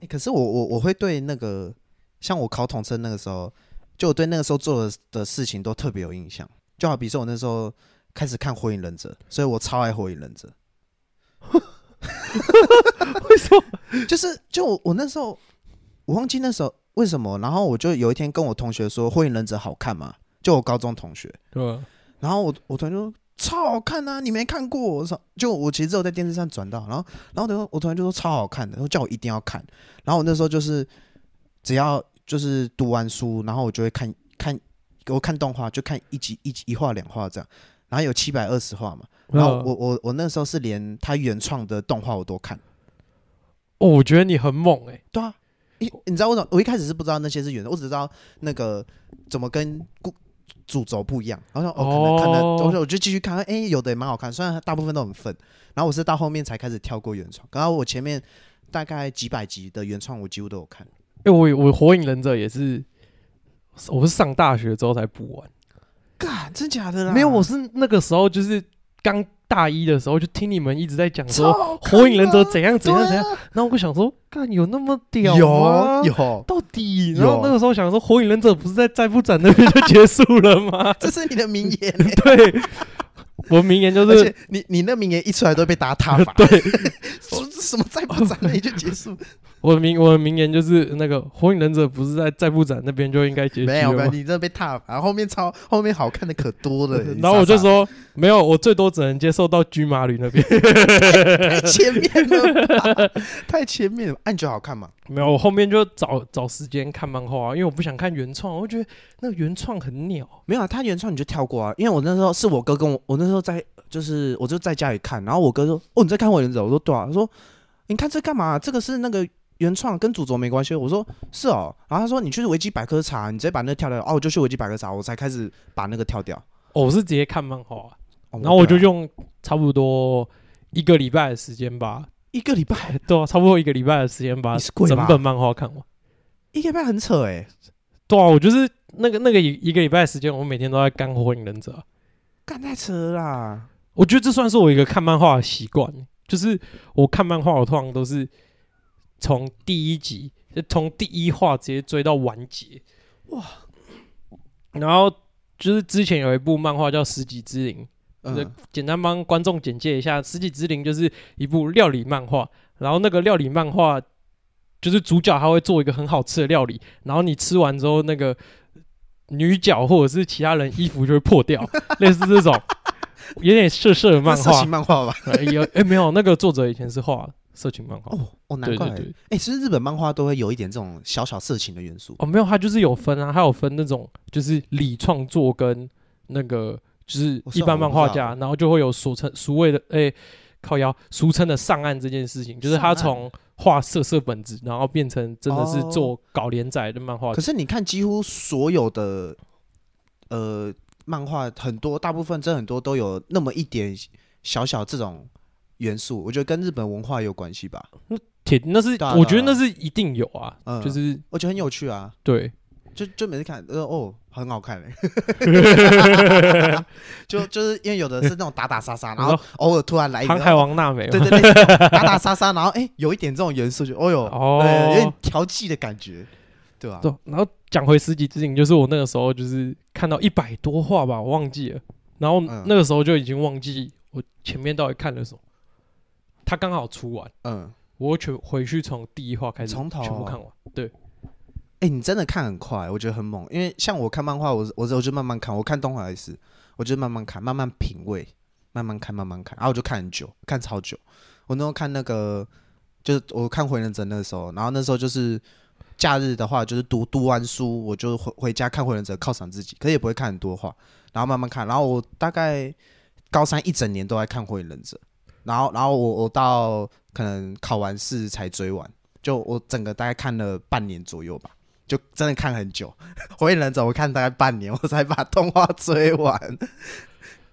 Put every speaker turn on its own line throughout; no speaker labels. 欸可是我我我会对那个，像我考统称那个时候，就我对那个时候做的的事情都特别有印象。就好比说，我那时候开始看《火影忍者》，所以我超爱《火影忍者
为什么？》。
就是就我我那时候，我忘记那时候为什么，然后我就有一天跟我同学说《火影忍者》好看嘛，就我高中同学，
对吧？
然后我我同学就说超好看啊，你没看过？我说就我其实只有在电视上转到，然后然后等我同学就说超好看的，然后叫我一定要看。然后我那时候就是只要就是读完书，然后我就会看看我看动画，就看一集一集一话两话这样，然后有七百二十话嘛。然后我我我那时候是连他原创的动画我都看，
哦，我觉得你很猛哎、
对啊。你你知道为什么？我一开始是不知道那些是原的，我只知道那个怎么跟故主轴不一样。然后说哦，可能可能，
哦
我就我就继续看，哎、有的也蛮好看，虽然它大部分都很粪。然后我是到后面才开始跳过原创，然后我前面大概几百集的原创我几乎都有看。
哎、我我火影忍者也是，我是上大学之后才补完。
干，真假的啦？
没有，我是那个时候就是刚大一的时候，就听你们一直在讲说
超
《火影忍者》怎样怎
对
样怎样，
啊，
然后我想说，干有那么屌吗
有？ 有，
到底？
有？
然后那个时候想说，《火影忍者》不是在再不展那边就结束了吗
这是你的名言、
对，我名言就
而
是
且你你那名言一出来都被 打塔法，
对，
说什么再 不展了也就结束，
我的名我的名言就是那个《火影忍者》不是在再不展那边就应该 结束
没有，没
了
有，
吗？
你真的被踏伐。后面超后面好看的可多
。
了
然后我就
你傻傻
说没有，我最多只能接受到居马吕那边。
太 前面了吧， 太前面了吧。啊按就好看嘛，
没有，我后面就找找时间看漫画、啊因为我不想看原创，我觉得那个原创很鸟。
没有啊，他原创你就跳过啊。因为我那时候是我哥跟我，我那时候在就是我就在家里看，然后我哥说：“哦，你在看《火影忍者》？”我说：“对啊。”他说：“你看这干嘛？这个是那个原创，跟主轴没关系。”我说：“是哦。”然后他说：“你去维基百科查，你直接把那个跳掉。”哦，我就去维基百科查，我才开始把那个跳掉。
哦我是直接看漫画、
哦
然后我就
对啊
用差不多一个礼拜的时间吧，
一个礼拜，
对啊，差不多一个礼拜的时间把
你是鬼吧
整本漫画看完。
一个礼拜很扯哎、
对啊，我就是那个那个一一个礼拜的时间，我每天都在干《火影忍者》啊。
干太扯了啦。
我觉得这算是我一个看漫画的习惯，就是我看漫画，我通常都是从第一集，就从第一话直接追到完结。哇！然后就是之前有一部漫画叫《十几之灵》，就是
嗯，
简单帮观众简介一下，《十几之灵》就是一部料理漫画，然后那个料理漫画就是主角他会做一个很好吃的料理，然后你吃完之后，那个女角或者是其他人衣服就会 破掉，类似这种。有点色色的
那
漫
色
画
情，漫画吧。
呃有哎、没有，那个作者以前是画色情漫画，
哦哦，难
对
怪
对
欸，
对，
哎、其实日本漫画都会有一点这种小小色情的元素。
哦没有，他就是有分啊，他有分那种就是理创作跟那个就是
我是
一般
我不
漫画
知道
家，然后就会有俗称俗谓的哎、靠腰俗称的上岸这件事情，就是
上
他
岸
从画色色本子，然后变成真的是
哦
做搞连载的漫画
可，是你看，几乎所有的呃漫画，很多大部分真的很多都有那么一点小小这种元素，我觉得跟日本文化有关系吧。
铁、那是
对啊
我觉
对
得
啊
那是一定有啊，
嗯
就是
我觉得很有趣啊，
对，
就就每次看，呃哦，很好看、 欸， 就就是因为有的是那种打打杀杀，然后
然后
偶尔突然来一
航
个。
海王娜美嘛，
对对对，那种打打杀杀，然后哎、有一点这种元素就，哦哟，
哦
对，有点调剂的感觉，对吧、
对，啊然后讲回十几之影，就是我那个时候就是看到一百多话吧，我忘记了，然后
嗯
那个时候就已经忘记我前面到底看了什么。他刚好出完，
嗯，
我全回去从第一话开始，
从头哦
全部看完。对，
哎、你真的看很快，我觉得很猛。因为像我看漫画，我是我是我就慢慢看，我看动画也是，我就慢慢看，慢慢品味，慢慢看，慢慢看。然后我就看很久，看超久。我那时候看那个，就是我看《回人真》那时候，然后那时候就是假日的话，就是读读完书，我就回回家看《回人者》，犒赏自己，可是也不会看很多话，然后慢慢看。然后我大概高三一整年都在看《火影忍者》，然后然后我我到可能考完试才追完，就我整个大概看了半年左右吧。就真的看很久，《火影忍者》我看大概半年，我才把动画追完。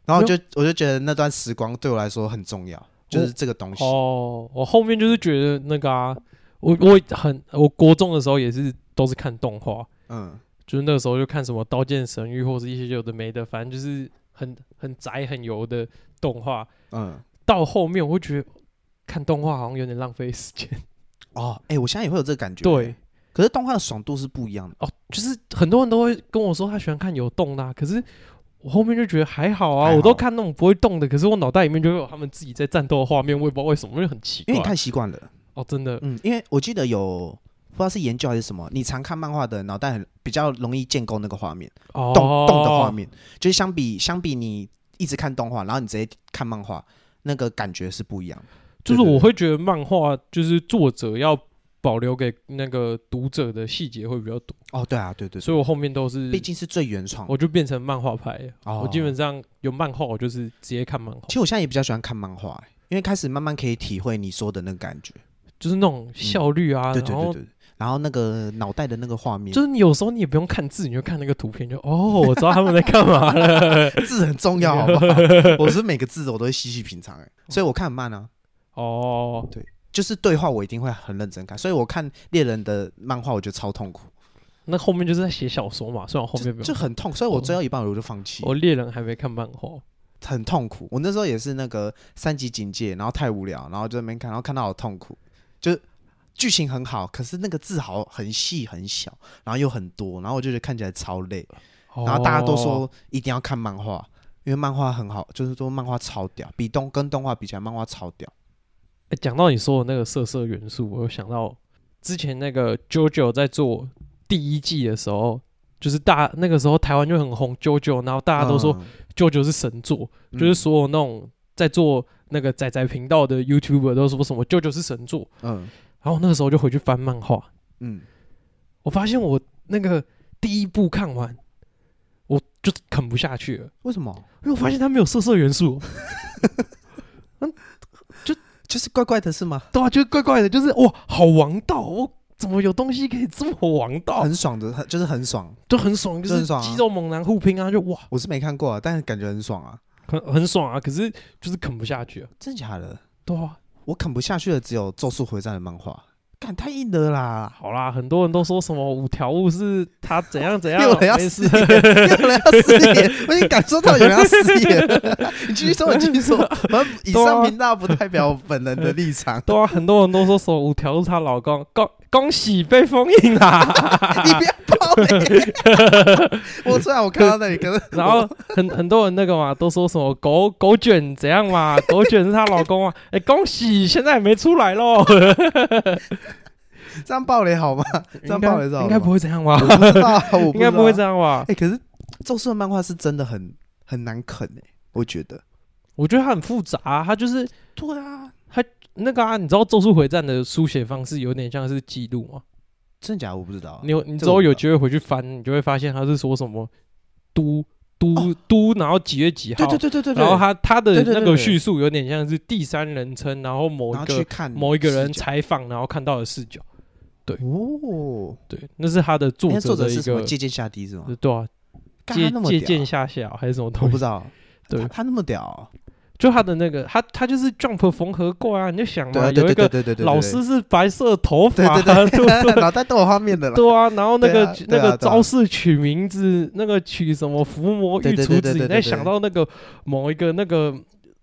然后我就我就觉得那段时光对我来说很重要，就是这个东西。
哦，我后面就是觉得那个啊，我我很，我国中的时候也是都是看动画，
嗯，
就是那个时候就看什么《刀剑神域》或是一些有的没的，反正就是很很宅很油的动画。
嗯，
到后面我会觉得看动画好像有点浪费时间。
哦，哎、我现在也会有这个感觉。欸
对，，
可是动画的爽度是不一样的。
哦，就是很多人都会跟我说他喜欢看有动的啊、可是我后面就觉得还好啊，
还好
我都看那种不会动的，可是我脑袋里面就会有他们自己在战斗的画面，我也不知道为什么，因为很奇
因
怪。
为你太习惯了，
哦，真的，
嗯，因为我记得有不知道是研究还是什么，你常看漫画的脑袋很比较容易建构那个画面，
哦，
动、动的画，面，就是相比相比你一直看动画，然后你直接看漫画，那个感觉是不一样的。
就是
对对
我会觉得漫画就是作者要保留给那个读者的细节会比较多，
哦，对啊，对对对，
所以我后面都是
毕，竟是最原创。
我就变成漫画派了。
哦
我基本上有漫画，我就是直接看漫画
其，实我现在也比较喜欢看漫画、欸因为开始慢慢可以体会你说的那个感觉。
就是那种效率啊，
对对
然后
对对，然后那个脑袋的那个画面，
就是你有时候你也不用看字，你就看那个图片，就哦，我知道他们在干嘛 了。
字很重要，好 不好？我是每个字我都会细细品尝，哎，所以我看很慢啊。
哦，
就是对话，我一定会很认真看，所以我看猎人的漫画，我觉得超痛苦，
那后面就是在写小说嘛，虽然我后面没
就就
有，
很痛，所以我追到一半我就放弃，
我猎人还没看漫画。
很痛苦。我那时候也是那个三级警戒，然后太无聊，然后就在那边看，然后看到好痛苦，就是剧情很好，可是那个字好很细很小，然后又很多，然后我就觉得看起来超累。然后大家都
哦，
说一定要看漫画，因为漫画很好，就是说漫画超屌，比动跟动画比起来，漫画超屌。
诶哎讲到你说的那个色色元素，我有想到之前那个 JoJo 在做第一季的时候，就是大那个时候台湾就很红 JoJo，然后大家都说
嗯
JoJo 是神作，就是所有那种在做那个仔仔频道的 YouTuber 都说什么 JoJo 是神作，
嗯
然后那个时候就回去翻漫画，
嗯，
我发现我那个第一部看完，我就啃不下去了，
为什么？
因为我发现它没有色色元素，
就是怪怪的是吗？
对啊，就是怪怪的，就是哇，好王道，我怎么有东西可以这么王道，
很爽的，很就是很爽。
就很爽，就
就是很爽啊
肌肉猛男互拼啊，就哇，
我是没看过啊，但是感觉很爽啊，
很很爽啊，可是就是啃不下去啊，
真假的？
对啊，
我啃不下去的只有《咒术回战》的漫画，感太硬了啦！
好啦，很多人都说什么五条悟是他怎样 怎样，
有人要
没
失
事。
业，有人要失业，我已经感受到有人要失业了。你继续说，你继续说。我们以上频道不代表我本人的立场
对啊，很多人都说什么五条悟是她老公，恭恭喜被封印啊 啦。
你不要爆雷！我虽然我看到那里，可是
然后很很多人那个嘛，都说什么狗狗卷怎样嘛，狗卷是她老公啊，哎、恭喜，现在也没出来 喽，
这样爆雷好吗？这
应
样爆
该
雷是好
应
吗
该不会这样吧？
我不知道，我
应该不会这
样。
样吧？
哎，可是咒术的漫画是真的很很难啃哎，我觉得。
我觉得它很复杂、啊，它就是
对啊，
那个啊，你知道《咒术回战》的书写方式有点像是记录吗？
真假我不知道啊。
你有你
这
之后
我
有
不知
机会回去翻，你就会发现它是说什么都都、都，然后几月几号，
哦对对对对对对，
然后他他的
对对对
那个
对
叙述有点像是第三人称，然后某
然后
一
去
个
看
某一个人
视角
采访，然后看到的视角。
哦，
对，那是他的作
那
者
作
的
者
一
是什
个
么借鉴下低是吗？
对啊，
干
借
他那么
借
屌啊
鉴下下还是什么
我
东
不
西？
知道。
对
他他那么屌，啊
就他的那个，他他就是 Jump 缝合怪啊，你就想
对
嘛，
啊对
有一
对对
个
对对对，
老师是白色头
对
发，
对
对
对，
不 对
脑袋都有画面的了。
对啊，然后那
对
个
啊对啊
那个
对啊
招式取名字，那个取什么伏魔
对
御
对
厨
对
子，
对对
你
对
再
对
想到那个某一个那个。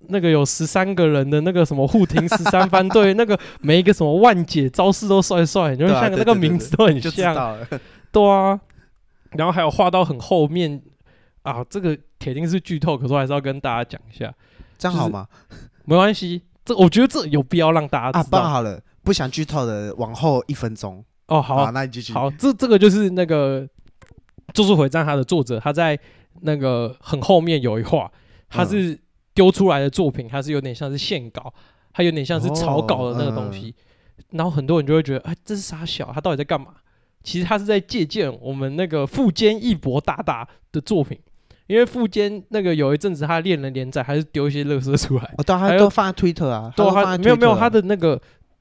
那个有十三个人的那个什么护庭十三番队， 那个每一个什么万解招式都帅帅，你就会
对啊
像
对
那个
对对
名字都很
就知
像，
道了，
对啊，然后还有画到很后面啊，这个铁定是剧透，可是我还是要跟大家讲一下，
这样好吗？
没关系，这我觉得这有必要让大家
啊，
知道。
办好了，不想剧透的，往后一分钟。
哦，好
那你继续。
好，这这个就是那个《咒术回战》它的作者，他在那个很后面有一话，他
嗯
是丢出来的作品，它是有点像是线稿，它有点像是
哦
草稿的那个
嗯
东西，然后很多人就会觉得，哎，这是傻小，他到底在干嘛？其实他是在借鉴我们那个富坚义博大大的作品，因为富坚那个有一阵子他恋人连载，还是丢一些乐色出来，
哦，对啊，
还
他
有
都放在 Twitter 啊，
对
都
啊，
放在
他没有没有
Twitter 啊
他的那个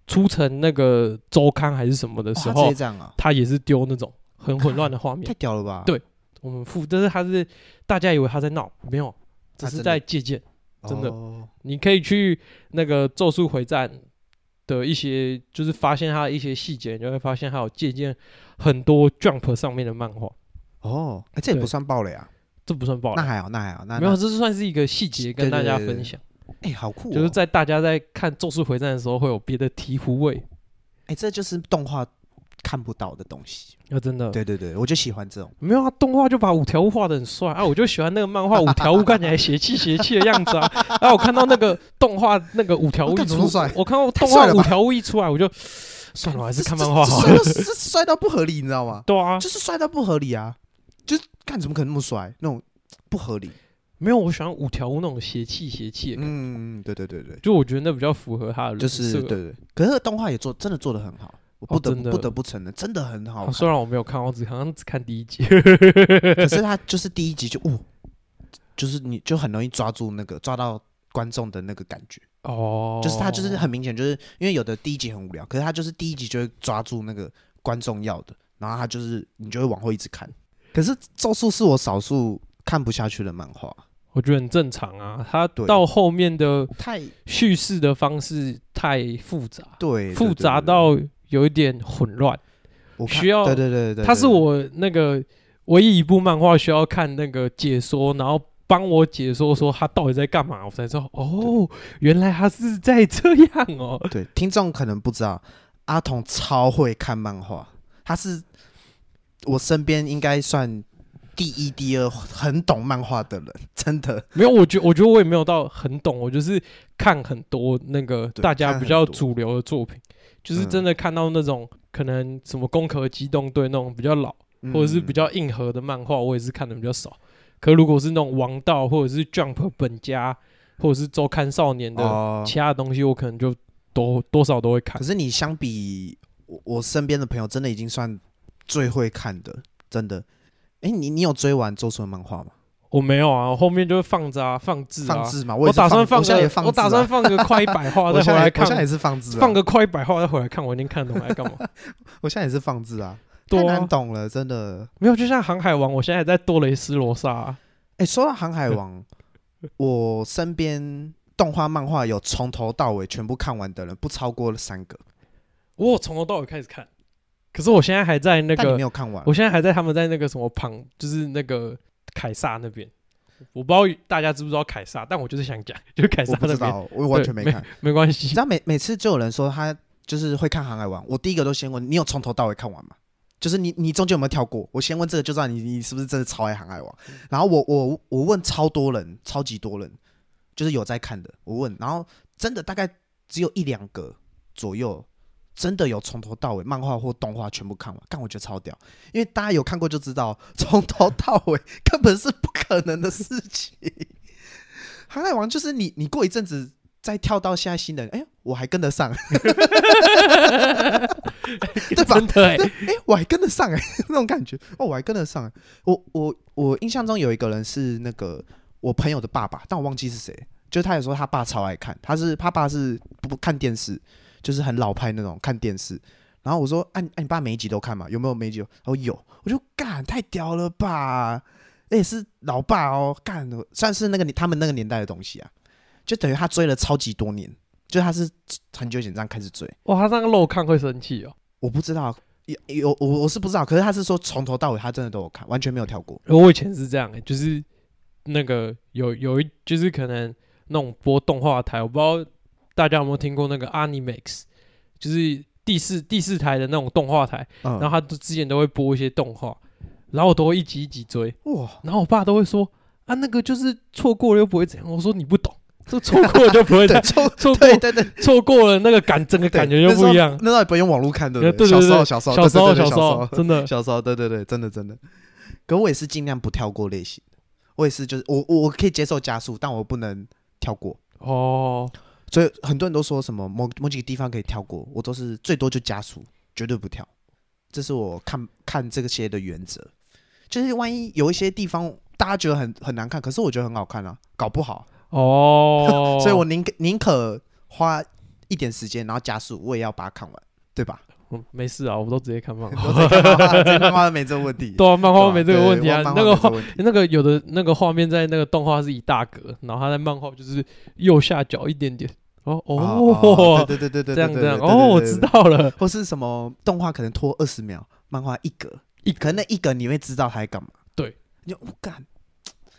出成那个周刊还是什么的
哦
时
他
候
直接，这样啊，
他也是丢那种很混乱的画面
太。屌了吧？
对我们负，但是他是大家以为他在闹，没有，只
他
是
真的
在借鉴。真的
哦
你可以去那个《咒术回战》的一些，就是发现他的一些细节，你就会发现他有借鉴很多 Jump 上面的漫画。
哦，哎，这也
对
不算暴雷啊，
这不算爆
那
料，
还好，那还好，那
没有，
那
这算是一个细节跟
对对
大家
对对对
分享，
哎，好酷哦，
就是在大家在看《咒术回战》的时候会有别的醍醐味。
哎，这就是动画看不到的东西。
啊，真的，
对对对，我就喜欢这种。
没有啊，动画就把五条悟画的很帅啊，我就喜欢那个漫画五条悟看起来邪气邪气的样子啊。然后我看到那个动画那个五条悟一
干怎么
出
那么帅，
我看到
太
动
帅
画
了吧
五条悟一出来，我就算了，我还是看漫画好了。
这这这这帅到不合理，你知道吗？
对啊，
就是帅到不合理啊！就是看怎么可能那么帅，那种不合理。
没有，我喜欢五条悟那种邪气邪气的感觉，
嗯，对对对对，
就我觉得那比较符合他的人
就
设
是对对。可是动画也做真的做的很好，我不得
哦真的
不得不承认，真的很好
啊
看。
虽然我没有看，我只好像只看第一集。
可是他就是第一集就哦，就是你就很容易抓住那个抓到观众的那个感觉，
哦，
就是他就是很明显，就是因为有的第一集很无聊，可是他就是第一集就会抓住那个观众要的，然后他就是你就会往后一直看。可是《咒术》是我少数看不下去的漫画，
我觉得很正常啊。他
对
到后面的
太
叙事的方式太复杂，
对
复杂，到有一点混乱。
对对对我看
需要
对对对对对对，
它是我那个唯一一部漫画需要看那个解说，然后帮我解说说他到底在干嘛，我才知道哦，原来他是在这样哦。
对听众可能不知道，阿童超会看漫画，他是我身边应该算第一、第二很懂漫画的人，真的。
没有，我觉我觉得我也没有到很懂，我就是看很多那个
对
大家
看
比
很
较
多
主流的作品，就是真的看到那种可能什么《攻壳机动队》那种比较老或者是
嗯
比较硬核的漫画，我也是看的比较少。可如果是那种王道或者是 Jump 本家或者是周刊少年
嗯
的
哦。
其他的东西我可能就多多少都会看
可。是你相比我我身边的朋友，真的已经算最会看的，真的。哎、你你有追完周春的漫画吗？
我没有啊，我后面就会放着啊，放置啊
放。置嘛，
我
也是
打算
放，我
个
现在也，放置啊，
我打算放个快一 百话
我
再
现在
回来
也我现在
看
也，是放置、啊，
放个快一百话再回来看，我已经看懂来干 嘛？
我现在也是放置啊，
对
太
啊
难，懂了，真的。
没有，就像《航海王》，我现在还在多雷斯罗萨啊。
哎、说到航海王， 我身边动画、漫画有从头到尾全部看完的人，不超过三个，
我有从头到尾开始看，可是我现在还在那
但你
个
没，有看完。
我现在还在他们在那个什么旁，就是那个凯撒那边。我不知道大家知不知道凯撒，但我就是想讲，就是凯撒
我不
那
知
边
道，我完全
对
没看。
没关
你
系
知。道每每次就有人说他就是会看《航海王》，我第一个都先问你有从头到尾看完吗？就是你你中间有没有跳过？我先问这个就知道你你是不是真的超爱《航海王》。然后我我我问超多人，超级多人，就是有在看的，我问，然后真的大概只有一两个左右。真的有从头到尾漫画或动画全部看完，但我觉得超屌，因为大家有看过就知道，从头到尾根本是不可能的事情。 航海王就是你，你过一阵子再跳到现在新人，哎、我还跟得上， 哎对吧？
真的哎、
对，哎、我还跟得上哎、 那种感觉，哦，我还跟得上、我我我印象中有一个人是那个我朋友的爸爸，但我忘记是谁。就是他也说他爸超爱看，他是他爸是不不看电视，就是很老派那种看电视。然后我说：“啊，你啊你爸每一集都看嘛？有没有每一集有？”哦，有。我就干，太屌了吧！而且是老爸哦，干的算是那个年他们那个年代的东西啊，就等于他追了超级多年，就他是很久以前这样开始追。
哇，他那个漏看会生气哦、
我不知道，有有我我是不知道，可是他是说从头到尾他真的都有看，完全没有跳过。
我以前是这样、欸，就是那个有有一就是可能那种播动画台，我不知道大家有没有听过那个 Animax，就是第四第四台的那种动画台，
嗯，
然后他都之前都会播一些动画，然后我都会一集一集追，
哇，
然后我爸都会说啊那个就是错过了又不会怎样，我说你不懂，这错过了就不会
对，
怎样，
错
错过
对 对对，
错过了那个感整个
对
感觉就不一
那时
样，
候那时候也不用网络看，对
对
不对？
对
小时候
对，
小时候
小时候
对对对小
小时 候真的
小时候，对对对，真的真的。可我也是尽量不跳过类型，我也是就是我我我可以接受加速，但我不能跳过。
哦。
所以很多人都说什么某某几个地方可以跳过，我都是最多就加速，绝对不跳。这是我看看这些的原则，就是万一有一些地方大家觉得很很难看，可是我觉得很好看啊，搞不好，，
哦
所以我宁可宁可花一点时间，然后加速，我也要把它看完，对吧？
嗯没事啊，我都直接看漫画
我。 在看漫画，这他妈的没这个问题。
对啊，漫
对
画没这个
对
问题啊
漫。画
那个
没这
画，
问题
那个有的那个画面在那个动画是一大格，然后它在漫画就是右下角一点点。哦
哦，
哦，
对对对对对，
这样
对
这样。
对对
哦，
对
我
对
知
对
道了。
或是什么动画可能拖二十秒，漫画一格，一可能那一格你会知道他在干嘛。
对，
你就我哦干，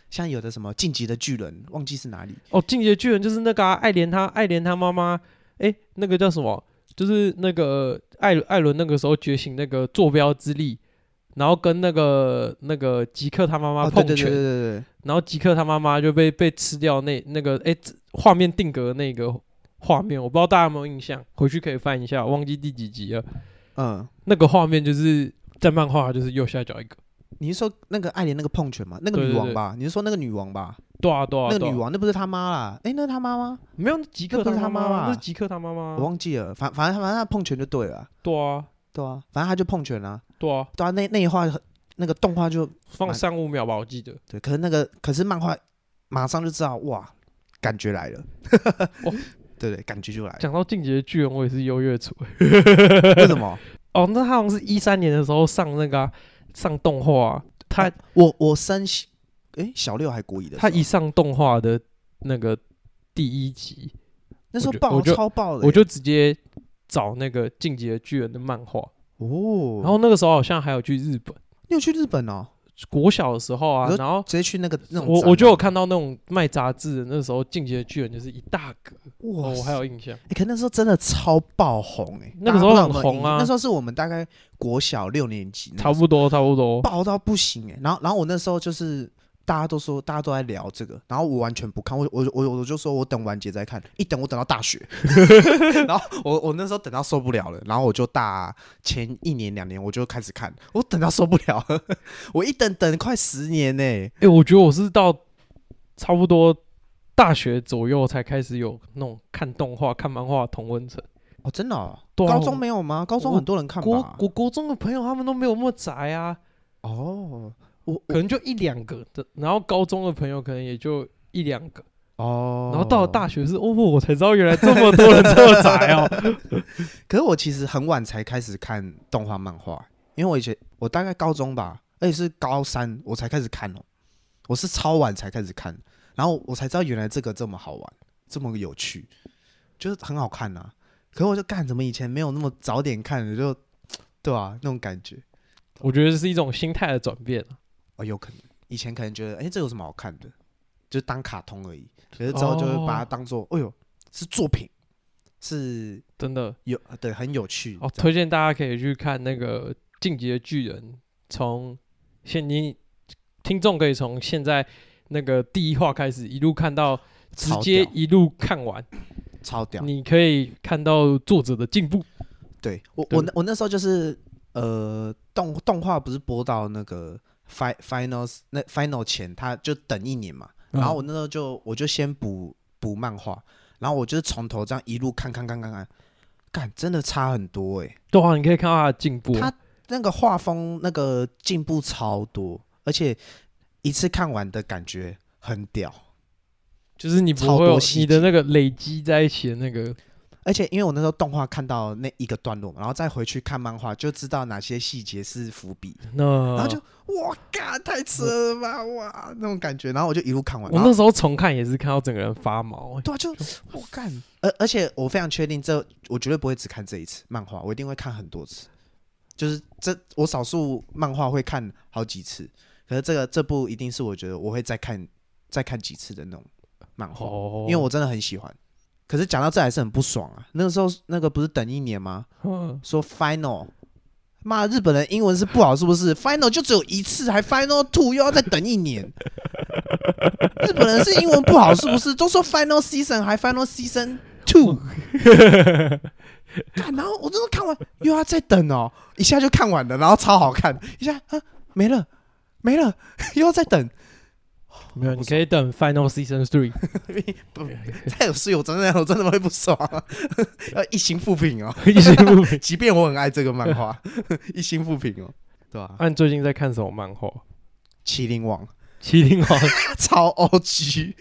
像有的什么晋级的巨人，忘记是哪里，
哦，进阶巨人就是那个啊，爱莲他爱莲他妈妈，哎，那个叫什么？就是那个艾伦艾伦那个时候觉醒那个坐标之力，然后跟那个那个吉克他妈妈
哦，对
碰
对对
拳，
对对对，
然后吉克他妈妈就被被吃掉那那个哎这画面定格的那个画面，我不知道大家有没有印象，回去可以翻一下，我忘记第几集了。
嗯，
那个画面就是在漫画就是右下角一个，
你是说那个爱莲那个碰拳吗？那个
对
女
对
王
对
吧？你是说那个女王吧？
对啊对啊，
那个
对啊
女王那不是他妈啦？哎，那是他妈吗？
没有吉克
那不是
他
他妈妈
妈，那是吉克他妈
我
妈，
忘记了，反反正反正他碰拳就对了啊，
对啊
对啊，反正他就碰拳啦，
对啊，
对啊，那那一话那个动画就
放
蛮
三五秒吧，我记得。
对，可是那个可是漫画马上就知道哇，感觉来了，
哦
对对，感觉就来 了，
讲到进击的巨人，我也是优越处。
为什么？
哦，那他好像是一三年的时候上那个啊、上动画啊、他
我我升小哎小六还国一的时候，
他一上动画的那个第一集，
那时候
我就
爆
我就
超爆的欸，
我就直接找那个进击的巨人的漫画，
哦，
然后那个时候好像还有去日本，
你有去日本哦，
国小的时候啊
你，说
然后。
直接去那个那种
我
展
我就有
览
看到那种卖杂志的，那时候《进击的巨人》就是一大格，
哇
哦，我
塞，
还有印象。
欸可那时候真的超爆红哎，
那个时候
大家不知道有没有
很红
印象
啊
那时候是我们大概国小六年级，
差不多，差不多。
爆到不行哎、然后，然后我那时候就是大家都说，大家都在聊这个，然后我完全不看，我我我我就说我等完结再看，一等我等到大 学，然后我我那时候等到受不了了，然后我就大前一年两年我就开始看，我等到受不了了， 我一等等快十年欸呢、
哎、我觉得我是到差不多大学左右才开始有那种看动画、看漫画的同温层。
哦，真的、哦，
对啊
高中没有吗？高中很多人看
国
吧？
国国中的朋友他们都没有那么宅啊，
哦，我
可能就一两个的。然后高中的朋友可能也就一两个。
哦，
然后到了大学是哦，我才知道原来这么多人这么宅哦、
可是我其实很晚才开始看动画漫画，因为我以前我大概高中吧，而且是高三我才开始看哦，我是超晚才开始看，然后我才知道原来这个这么好玩，这么有趣，就是很好看呐、啊可是我就干，怎么以前没有那么早点看，就对啊，那种感觉
我觉得是一种心态的转变啊。
哦，有可能以前可能觉得，哎、这有什么好看的，就当卡通而已，可是之后就会把它
哦
当做，哎呦，是作品，是
真的
有对，很有趣
哦，
这样
推荐大家可以去看那个《进击的巨人》，从现你听众可以从现在那个第一话开始一路看到，直
超
接
屌
一路看完，
超屌。
你可以看到作者的进步。
对我
对
我那我那时候就是呃动动画不是播到那个 fi final 那 final 前，他就等一年嘛，
嗯
然后我那时候就我就先补补漫画，然后我就是从头这样一路看看看看看，干真的差很多欸诶、
对啊，你可以看到他的进步啊。
他那个画风那个进步超多，而且一次看完的感觉很屌。
就是你不
超
会
多
有
细
你的
节
那个累积在一起的那个，
而且因为我那时候动画看到那一个段落嘛，然后再回去看漫画，就知道哪些细节是伏笔。
那
然后就哇，嘎，太扯了吧，哇，那种感觉。然后我就一路看完，
我
然
那
后
时候重看也是看到整个人发毛、欸
对啊，就我干，而而且我非常确定这，我绝对不会只看这一次漫画，我一定会看很多次。就是这，我少数漫画会看好几次，可是这个这部一定是我觉得我会再看再看几次的那种漫画，
哦，
因为我真的很喜欢。可是讲到这还是很不爽啊！那个时候那个不是等一年吗？
嗯
说 final，骂日本人英文是不好是不是？final 就只有一次，还 final two 又要再等一 年。日本人是英文不好是不是？都说 final season 还 final season two，干然后我真的看完又要再等哦，一下就看完了，然后超好看，一下啊没了没了， 又要再等。
没有，你
不
可以等 Final Season Three，
不，再有室友真的我真的会不爽， 要一心复评 哦。
一直不明
即便我很爱这个漫画， 一心复评哦，对吧、
按啊最近在看什么漫画？
麒麟王
麒麟王，
超 O G，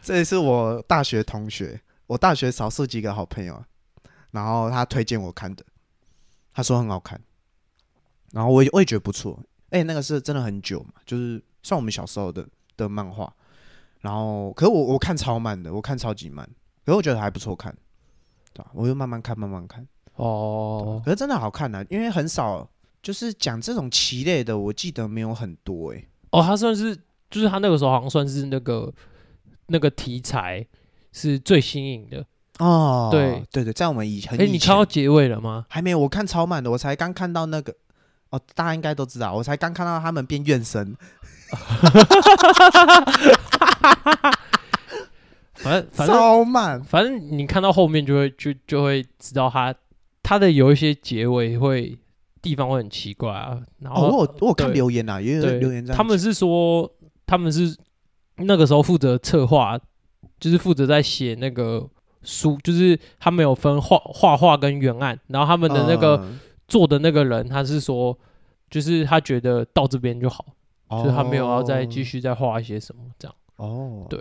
这也是我大学同学，我大学少数几个好朋友啊，然后他推荐我看的，他说很好看，然后我也我也觉得不错，哎、那个是真的很久嘛，就是算我们小时候的的漫画，然后可是我我看超慢的，我看超级慢，可是我觉得还不错看，对吧、我就慢慢看，慢慢看。
哦，
可是真的好看啊，因为很少，就是讲这种棋类的，我记得没有很多哎、
哦，他算是，就是他那个时候好像算是那个那个题材是最新颖的，
哦，
对
对对，在我们以前，
哎，你看到结尾了吗？
还没有，我看超慢的，我才刚看到那个。哦，大家应该都知道，我才刚看到他们变怨神，
反 正反正
超慢。
反正你看到后面就会就就会知道他他的有一些结尾会地方会很奇怪啊。然
哦，
后、
我有我有看
对
留言啊，也有
对
留言在
他们是说他们是那个时候负责策划，就是负责在写那个书，就是他们有分画画画跟原案，然后他们的那
啊
个、
嗯
做的那个人他是说。就是他觉得到这边就好，
嗯
就是他没有要再继
续
续再画一些什么这样，
哦，
对，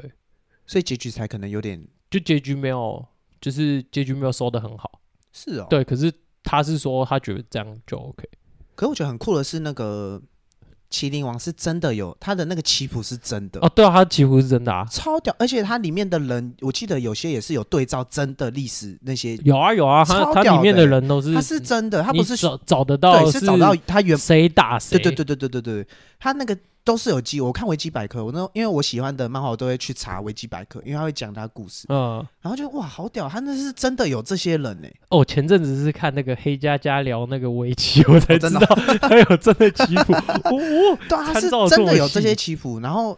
所以结局才可能有点
就结局没有，就是结局没有收的很好。
是哦。，
对，可是他是说他觉得这样就 OK。
可我觉得很酷的是，那个麒麟王是真的有他的那个棋谱是真的
哦，对啊，他几乎是真的啊。
超屌，而且它里面的人，我记得有些也是有对照真的历史那些，
有啊有啊，他
超
他
屌
里面
的
的
欸
人都是
他是真的，他
你
不是
找找得到
对，是找到他原
谁打谁。
对对对对对对对，他那个都是有记，我看维基百科，我那因为我喜欢的漫画，我都会去查维基百科，因为他会讲他的故事，
嗯，
然后就哇好屌，他那是真的有这些人欸呢、
哦，前阵子是看那个黑佳佳聊那个围棋， 我才
哦
知
真的
道还有真的棋谱。哦，哦
对啊，他是
参照
真的
这
有
么
这些
细
棋谱，然后。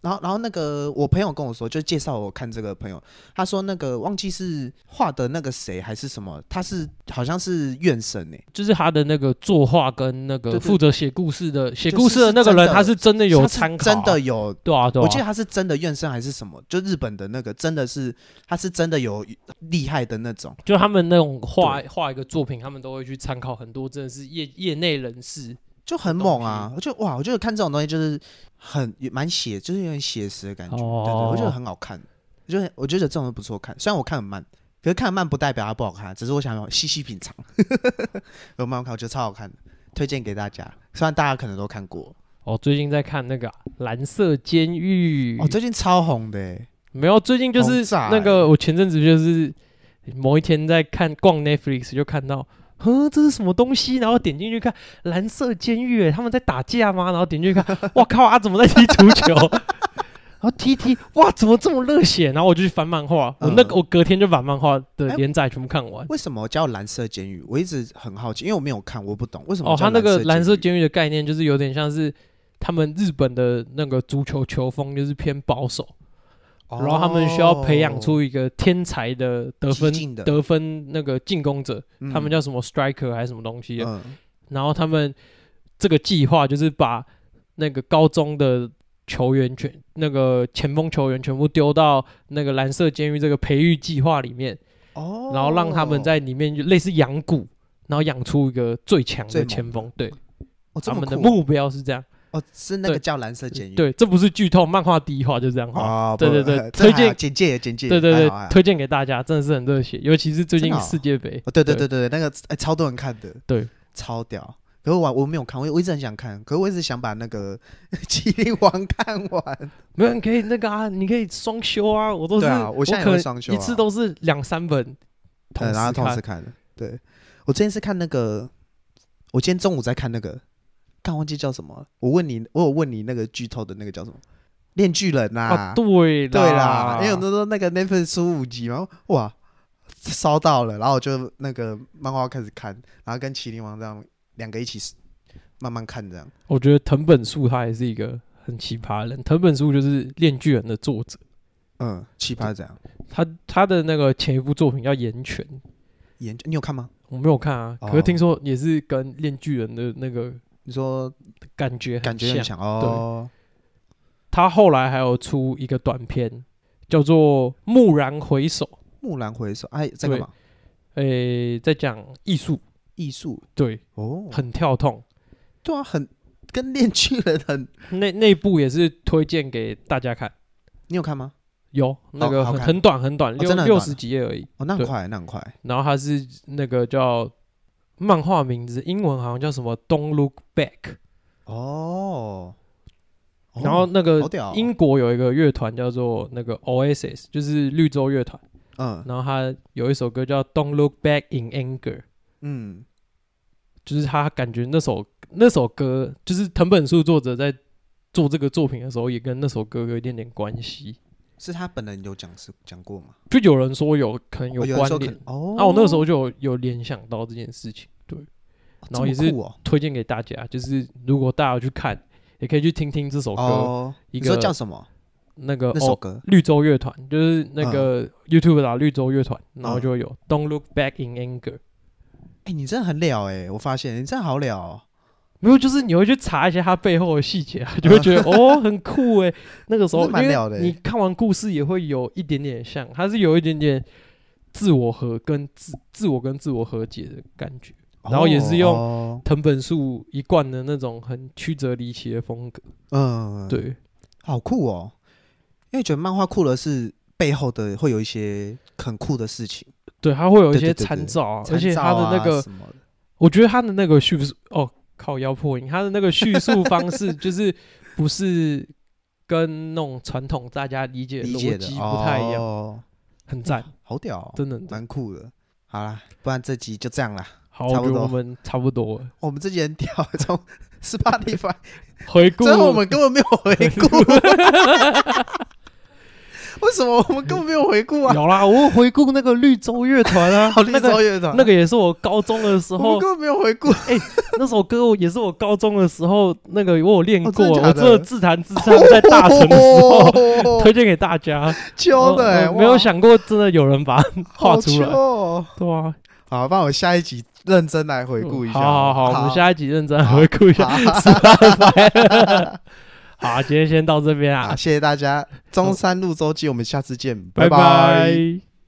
然后，然后那个我朋友跟我说，就介绍我看这个朋友，他说那个忘记是画的那个谁还是什么，他是好像是怨神哎、
就是他的那个作画跟那
对
个
对
负责写故事的写
就
故
是
事的
是
那个
真
人，
的
他是真的有
他是
参考，
真的有
对啊对啊。
我记得他是真的怨声还是什么，就日本的那个真的是，他是真的有厉害的那种，
就他们那种画画一个作品，他们都会去参考很多真的是业业内人士。
就很猛啊！我就哇，我觉得看这种东西就是很也蛮写，就是有点写实的感觉，
哦
对对，我觉得很好看，我觉得我觉得这种不错看，虽然我看很慢，可是看很慢不代表它不好看，啊只是我想要细细品尝。 有慢慢看，我觉得超好看的，推荐给大家。虽然大家可能都看过，
哦，最近在看那个啊《蓝色监狱》
哦，最近超红的欸，
没有，最近就
轰
是
炸
那
欸
个，我前阵子就是某一天在看逛 Netflix 就看到，呵，这是什么东西？然后点进去看《蓝色监狱》欸，他们在打架吗？然后点进 去看，哇靠啊，怎么在踢足球？ 然后踢一踢，哇，怎么这么热血？然后我就去翻漫画，我那个
嗯
我隔天就把漫画的
哎
连载全部看完。
为什么叫蓝色监狱？我一直很好奇，因为我没有看，我不懂为什么
哦，
叫
他那个蓝色
监狱
监狱的概念就是有点像是他们日本的那个足球球风，就是偏保守，
哦
然后他们需要培养出一个天才的得分
激进的
得分那个进攻者，
嗯
他们叫什么 striker 还是什么东西的
嗯
然后他们这个计划就是把那个高中的球员全那个前锋球员全部丢到那个蓝色监狱这个培育计划里面，
哦，
然后让他们在里面就类似养蛊，然后养出一个最强
最
的
猛
前锋。对，
哦这
他
么
们的
酷
目标是这样。
哦是那个
对
叫蓝色监狱
对，这不是剧透，漫画第一话就这样画。
哦，
对
不
对对
呃
推
这还好
荐
简介简介
对对
还
对
好还，好
推荐给大家，真的是很热血，尤其是最
哎真
近
的哦
世界杯。
哦对对对对对那个哎超多人看的
对
超屌。可是我我没有看，我我一直很想看，可是我一直想把那个《麒麟王》 看完。
没有，你可以那个啊，你可以双休啊，我都是，
对啊我
我
现在也
可
会
能
双休
一
啊
次都是两三本，同
对，然后
时
同
看
时看的。对，我之前是看那个，我今天中午在看那个，看忘记叫什么了。我问你，我有问你那个剧透的那个叫什么？《恋巨人》呐、
啊，对啦，
对啦，因为我那时候那个 Netflix 出五集嘛，哇，烧到了，然后我就那个漫画开始看，然后跟麒麟王这样两个一起慢慢看这样。
我觉得藤本树他也是一个很奇葩的人，藤本树就是《恋巨人》的作者，
嗯，奇葩这样。
他他的那个前一部作品叫《岩泉》，
研究你有看吗？
我没有看啊，
哦
可是听说也是跟《恋巨人》的那个
你说
感觉
感觉很强
像。
哦，
他后来还有出一个短片，叫做《蓦然回首》，
木兰回首，哎，在干嘛？
诶、在讲艺术，
艺术
对，
哦，
很跳痛。
对啊，很跟恋巨人很，
那那部也是推荐给大家看，
你有看吗？
有那个
好
很、
看哦
很短很短，六
真的很
六
短
十几页而已。
哦，那很
对
快，那很快。
然后它是那个叫漫画名字，英文好像叫什么《Don't Look Back
哦，哦》。
然后那个
好屌哦
英国有一个乐团叫做那个 Oasis，就是绿洲乐团。
嗯
然后它有一首歌叫《Don't Look Back in Anger》，
嗯，
就是他感觉那首那首歌，就是藤本树作者在做这个作品的时候，也跟那首歌有一点点关系。
是他本人有讲是讲过吗？
就有人说有可能有
哦有
关
时候可
联
能，哦，
啊那、我那个时候就有有联想到这件事情，对，
哦
然后也
这么
是
酷哦
推荐给大家，就是如果大家有去看，也可以去听听这首歌，
哦，
一
你
个
说叫什么？
那个
那首
哦，
歌嗯
绿洲乐团，就是那个 YouTube 打绿洲乐团，然后就会有 Don't Look Back in Anger，
哎，你真的很了哎，我发现你真的好了哦。
没有，就是你会去查一下它背后的细节啊，就会觉得、哦很酷哎，那个时候
这嗯蛮
因为
了的欸
你看完故事也会有一点点像，它是有一点点自我和跟自自我跟自我和解的感觉。然后也是用
用
藤本树一贯的那种很曲折离奇的风格，
嗯，
对，
好酷哦！因为觉得漫画酷的是背后的会有一些很酷的事情，
对，它会有一
对
些
对对
参
对
照啊，而
参
且
照
它的那
啊
个，
什么的
我觉得它的那个叙述，哦，靠腰破音，它的那个叙述方式 就是不是跟那种传统大家理解的
理
逻
解的
辑不太一样，
哦
很赞，
好屌哦，
真的很赞。
蛮酷的。好啦，不然这集就这样啦。
好，
差
我
不
觉得
多
我们差不多了，
我们这集很屌， 从 Spotify，
回顾
最后我 们根本没有回顾， 为什么我们根本没有回顾啊？
有啦，我有回顾那个绿洲乐团啊
好，，
那
绿洲
个
乐团，
那个也是我高中的时
我
候
们根本没有回顾，
那首歌我也是我高中的时候那个我有练过，
哦真的假
我
的
真的自弹自唱在大城的时 候、
候
推荐给大家。
秋哦的欸
我我没有
哇
想过真的有人把它画
好
出来
秋哦
对啊，
好，帮我下一集认真来回顾一下。
好好好，我们
一
下一集认真
好
回顾一下
好
失败 了。 好，今天先到这边
好，
啊，
谢谢大家。中山路周记，我们下次见，拜
拜拜